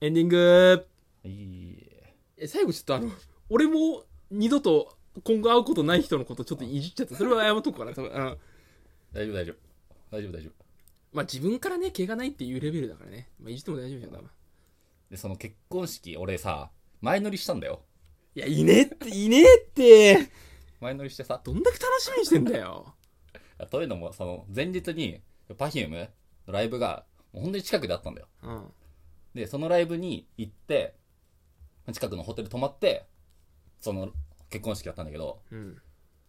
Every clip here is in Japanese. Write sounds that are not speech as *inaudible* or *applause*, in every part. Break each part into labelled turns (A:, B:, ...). A: エンディング
B: いい
A: え最後ちょっとあの俺も二度と今後会うことない人のことちょっといじっちゃったそれは謝っとこうかな多分あの
B: 大丈夫大丈夫大丈夫大丈夫
A: まあ自分からね毛がないっていうレベルだからね、まあ、いじっても大丈夫じゃん多分
B: でその結婚式俺さ前乗りしたんだよ
A: いやいねえっていねえって
B: 前乗りしてさ
A: どんだけ楽しみにしてんだよ
B: あというのもその前日に Perfume のライブがもう本当に近くであったんだよ
A: うん
B: でそのライブに行って近くのホテル泊まってその結婚式だったんだけど
A: うん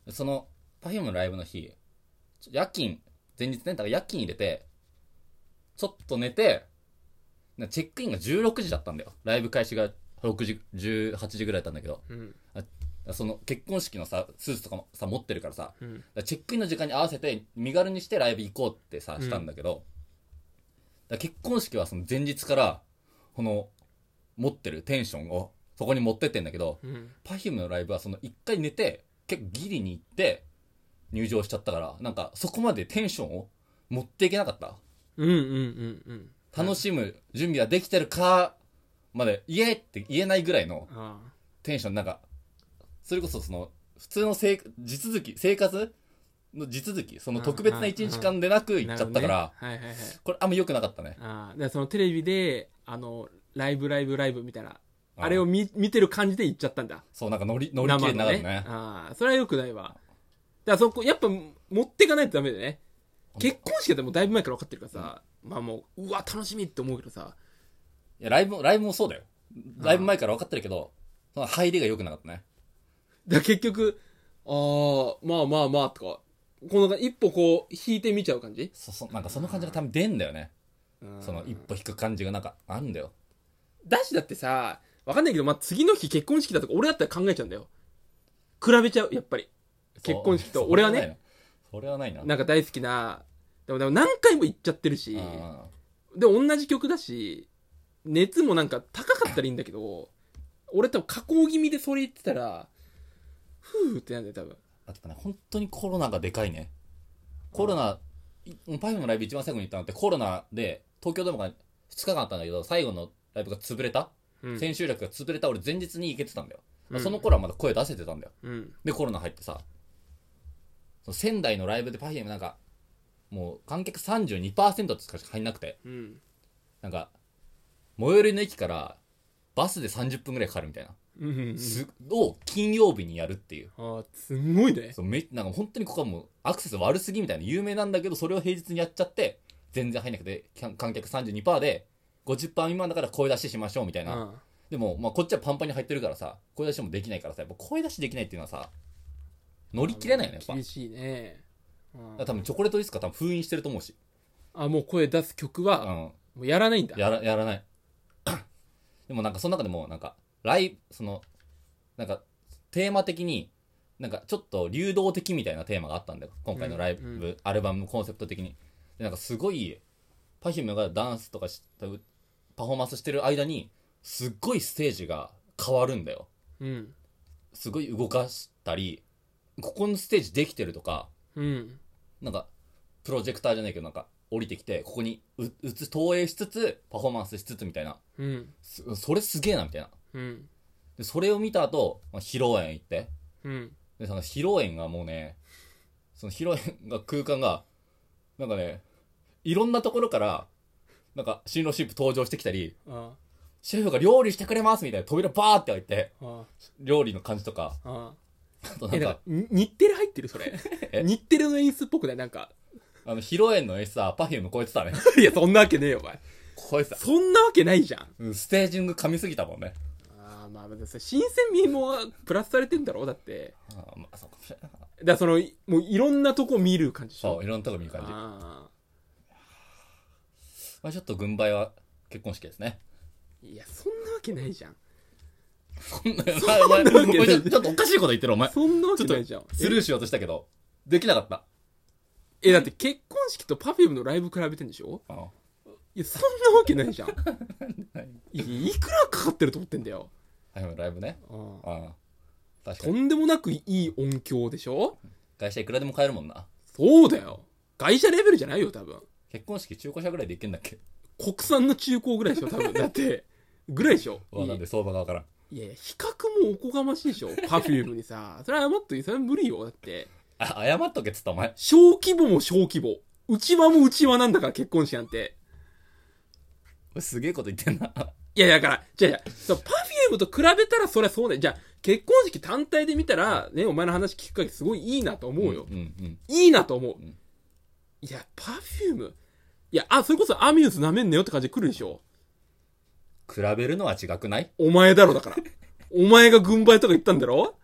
B: その Perfume のライブの日ちょ夜勤前日ねだから夜勤入れてちょっと寝てなチェックインが16時だったんだよライブ開始が6時18時ぐらいだったんだけど
A: うん
B: その結婚式のさスーツとかもさ持ってるからさ
A: うん
B: だからチェックインの時間に合わせて身軽にしてライブ行こうってさ
A: うん
B: したんだけど、だから結婚式はその前日からこの持ってるテンションをそこに持ってってんだけど
A: うん、
B: Perfume のライブはその一回寝て結構ギリに行って入場しちゃったからなんかそこまでテンションを持っていけなかった
A: うんうんうんうん
B: 楽しむ準備はできてるかまで「イエーって言えないぐらいの
A: ああ
B: テンションなんかそれこそその普通の生地続き生活の地続きその特別な1日間でなく行っちゃった
A: なるほど
B: から、
A: ねはいはいはい
B: これあんま良くなかったね
A: ああだからそのテレビであのライブライブライブみたいな
B: うん
A: あれを見見てる感じで行っちゃったんだ
B: そうなんか乗り乗り切れてなかったね
A: ああそれはよくないわだからそこやっぱ持ってかないとダメだよね結婚式だってもうだいぶ前から分かってるからさ、まあもううわ楽しみって思うけどさ
B: いやライブもライブもそうだよライブ前から分かってるけどその入りが良くなかったね
A: だから結局ああまあまあまあとかこの一歩こう引いてみちゃう感じ
B: そそなんかその感じが多分出んだよね
A: うん
B: その一歩引く感じがなんかあんだよ
A: だしだってさ分かんないけど、まあ、次の日結婚式だとか俺だったら考えちゃうんだよ比べちゃうやっぱり結婚式と
B: そう
A: 俺は
B: それ
A: ね
B: はないなそれはないな
A: なんか大好きなでもでも何回も行っちゃってるし
B: うん
A: で同じ曲だし熱もなんか高かったらいいんだけど俺多分加工気味でそれ言ってたらふーってなんだよ多分
B: あとね、本当にコロナがでかいね。コロナ、パイフのライブ一番最後に行ったのってコロナで、東京ドームが2日間あったんだけど、最後のライブが潰れた、
A: うん
B: 千秋楽が潰れた俺前日に行けてたんだよ。
A: うん
B: その頃はまだ声出せてたんだよ。
A: うん
B: で、コロナ入ってさ、その仙台のライブでパイフなんか、もう観客32%しか入んなくて、
A: うん
B: なんか、最寄りの駅からバスで30分くらいかかるみたいな。
A: うんうん
B: すを金曜日にやるっていう。
A: あーすんごいね
B: そうめなんか本当にここはもうアクセス悪すぎみたいな有名なんだけどそれを平日にやっちゃって全然入んなくてきゃ観客32%で50%未満だから声出ししましょうみたいな、
A: うん
B: でも、まあ、こっちはパンパンに入ってるからさ声出しもできないからさやっぱ声出しできないっていうのはさ乗り切れないよねやっぱだ
A: 厳
B: か
A: しいねうん
B: ら多分チョコレートディスコは多分封印してると思うし、
A: あもう声出す曲
B: う
A: は
B: ん、
A: もうやらないんだ
B: やらやらない *coughs* でもなんかその中でもなんかライブそのなんかテーマ的になんかちょっと流動的みたいなテーマがあったんだよ今回のライブ、
A: うん
B: アルバムコンセプト的にでなんかすごい Perfume がダンスとかしパフォーマンスしてる間にすっごいステージが変わるんだよ
A: うん
B: すごい動かしたりここのステージできてるとか
A: うん
B: なんか、プロジェクターじゃないけど、なんか、降りてきて、ここにう、うつ、投影しつつ、パフォーマンスしつつみたいな。
A: うん
B: すそれすげえな、みたいな。
A: うん
B: で、それを見た後、まあ、披露宴行って。
A: うん
B: で、その披露宴がもうね、その披露宴が、空間が、なんかね、いろんなところから、なんか、新郎新婦登場してきたり、
A: あ
B: シェフが料理してくれますみたいな扉バーって開いて、
A: あ
B: 料理の感じとか、
A: あ
B: あとな
A: え
B: ん
A: なん
B: か
A: か、に日テレ入ってるそれ
B: *laughs* え
A: 日テレの演出っぽくないなんか *laughs*
B: あの、披露宴の演出は、パフューム超えてたね。
A: いやそんなわけねえよお前
B: 超えてた。
A: そんなわけないじゃん
B: うんステージング噛みすぎたもんね。
A: ああまあそれ新鮮味もプラスされてんだろうだって
B: あーまあ、そうかもしれない。
A: だからそのいもういろんなとこ見る感じでし
B: そ
A: ょ
B: う、いろんなとこ見る感じ。ま
A: あ
B: あ、ちょっと軍配は結婚式ですね。
A: あいやそんなわけないじゃん
B: *laughs* そんな、 *laughs* お
A: わ
B: 前、
A: けない
B: お前ちょちょっとおかしいこと言ってる、お前。
A: そんなわけないじゃん
B: スルーしようとしたけど、できなかった。
A: ええだって結婚式と Perfume のライブ比べてんでしょ
B: あ
A: いやそんなわけないじゃんいやいくらかかってると思ってんだよ
B: のライブね。
A: うん
B: ああ確か
A: と
B: に。
A: んでもなくいい音響でしょ
B: 会社いくらでも買えるもんな。
A: そうだよ外車レベルじゃないよ多分
B: 結婚式中古車ぐらいでいけんだっけ
A: 国産の中古ぐらいでしょ多分だってぐらいでしょ
B: わなんで相場がわからん。
A: いやいや比較もおこがましいでしょ Perfume にさ *laughs* それ謝っといてそれは無理よだって
B: あ、謝っとけっつったお前。
A: 小規模も小規模内輪も内輪なんだから結婚式なんて
B: すげえこと言ってんな。
A: いや、だから、じゃあ、そう Perfume と比べたらそりゃそうね。じゃあ、結婚式単体で見たら、ね、お前の話聞く限りすごいいいなと思うよ。
B: うんうん。
A: いいなと思う。
B: ん
A: いや、Perfume。いや、あ、それこそアミューズ舐めんなよって感じで来るでしょ。
B: 比べるのは違くない
A: お前だろ、だから。お前が軍配とか言ったんだろ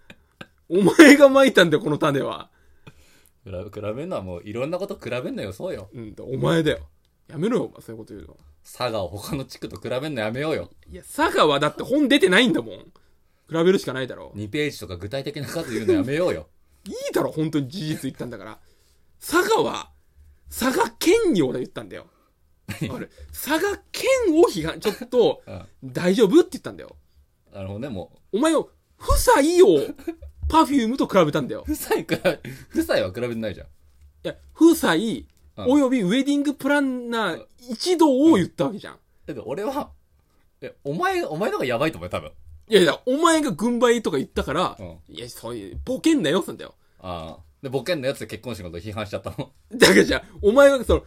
A: お前が撒いたんだよ、この種は。
B: 比べ比べるのはもういろんなこと比べんのよ、そうよ。
A: うん、お前だよ。やめろよ、お前そういうこと言うの。
B: 佐賀を他の地区と比べんのやめようよ。
A: いや、佐賀はだって本出てないんだもん。比べるしかないだろ。
B: 2ページとか具体的な数言うのやめようよ。
A: いいだろ、本当に事実言ったんだから。佐賀は、佐賀県に俺言ったんだよ。あれ佐賀県を批判、ちょっと、
B: うん。
A: 大丈夫って言ったんだよ。
B: なるほどね、も
A: お前を、夫妻を、パフュームと比べたんだよ
B: う。。夫妻比べ、夫妻は比べてないじゃん。
A: いや、夫妻、およびウェディングプランナー一同を言ったわけじゃん。
B: だって俺は、え、お前、お前の方がやばいと思うよ、多分。
A: いやいや、お前が軍配とか言ったから、
B: うん
A: いや、そういう、ボケんなよ、って言ったんだよ。
B: ああ。で、ボケんのやつで結婚式のこと批判しちゃったの。 *laughs*
A: だからじゃあお前はその、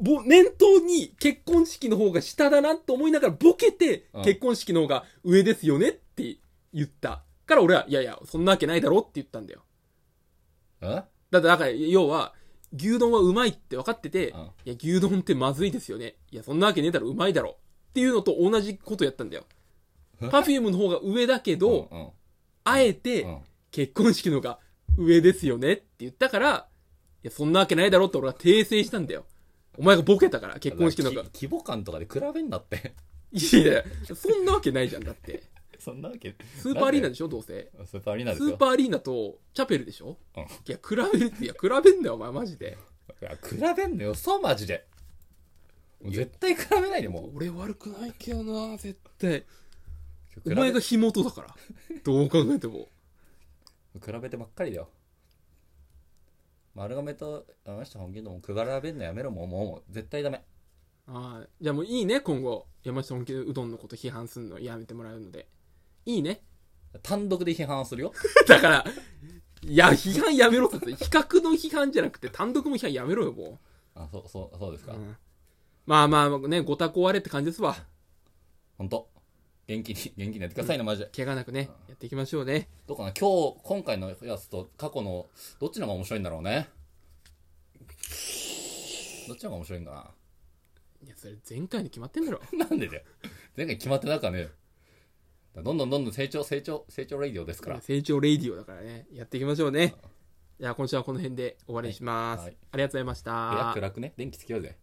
A: ぼ、念頭に結婚式の方が下だなと思いながらボケて
B: うん、
A: 結婚式の方が上ですよねって言った。から俺は、いやいや、そんなわけないだろって言ったんだよ。
B: うん
A: だって、だから、要は、牛丼はうまいって分かってて、
B: うん
A: いや、牛丼ってまずいですよね。いや、そんなわけねえだろ、うまいだろ。っていうのと同じことやったんだよ。
B: え
A: パフュームの方が上だけど、
B: うん
A: あえ
B: う
A: て、
B: ん。うん。
A: 結婚式のが上ですよねって言ったから、いや、そんなわけないだろって俺は訂正したんだよ。お前がボケたから、結婚式のが。
B: き規模感とかで比べん
A: *laughs*
B: なって。
A: いやいや、そんなわけないじゃん、だ *laughs* って。
B: そんなわけ。
A: スーパーアリーナでしょ、どうせ。
B: なんでスーパーアリーナで
A: ス
B: すよ。
A: ーパーアリーナとチャペルでしょ
B: うん
A: いや、比べるって、いや、比べんなよ、お前、マジで。
B: いや比べんのよ、そうマジで。もう絶対比べないで、も
A: 俺悪くないけどな、絶対。
B: う。
A: お前が
B: 比
A: 火元だから。どう考えても。
B: べ比べてばっかりだよ。丸亀とあの人本気のも比べんのやめろ、もう、もうもう、絶対ダメ。
A: はい。じゃあもういいね、今後。山下本気でうどんのこと批判するのやめてもらうので。いいね。
B: 単独で批判するよ。
A: だから、いや、批判やめろって、比較の批判じゃなくて、単独の批判やめろよ、も
B: あ、そう、そう、そうです
A: う。
B: か。
A: うんまあまあね、ご多幸あれって感じですわ。
B: ほんと。元気に、 *laughs* 元気にやってくださいね、マジで。
A: 怪我なくね、やっていきましょうね。
B: どうかな、今日、今回のやつと過去の、どっちの方が面白いんだろうね。どっちの方が面白いんだな。 *laughs*
A: いや、それ前回に決まってんだろ。
B: なんでだよ。前回決まってなかね。どんどんどんどん成長、成長、成長レイディオですから。
A: 成長レイディオだからね、やっていきましょうね。じゃあ今週はこの辺で終わりにします。
B: はいはい
A: ありがとうございました。
B: 暗く暗くね、電気つけようぜ。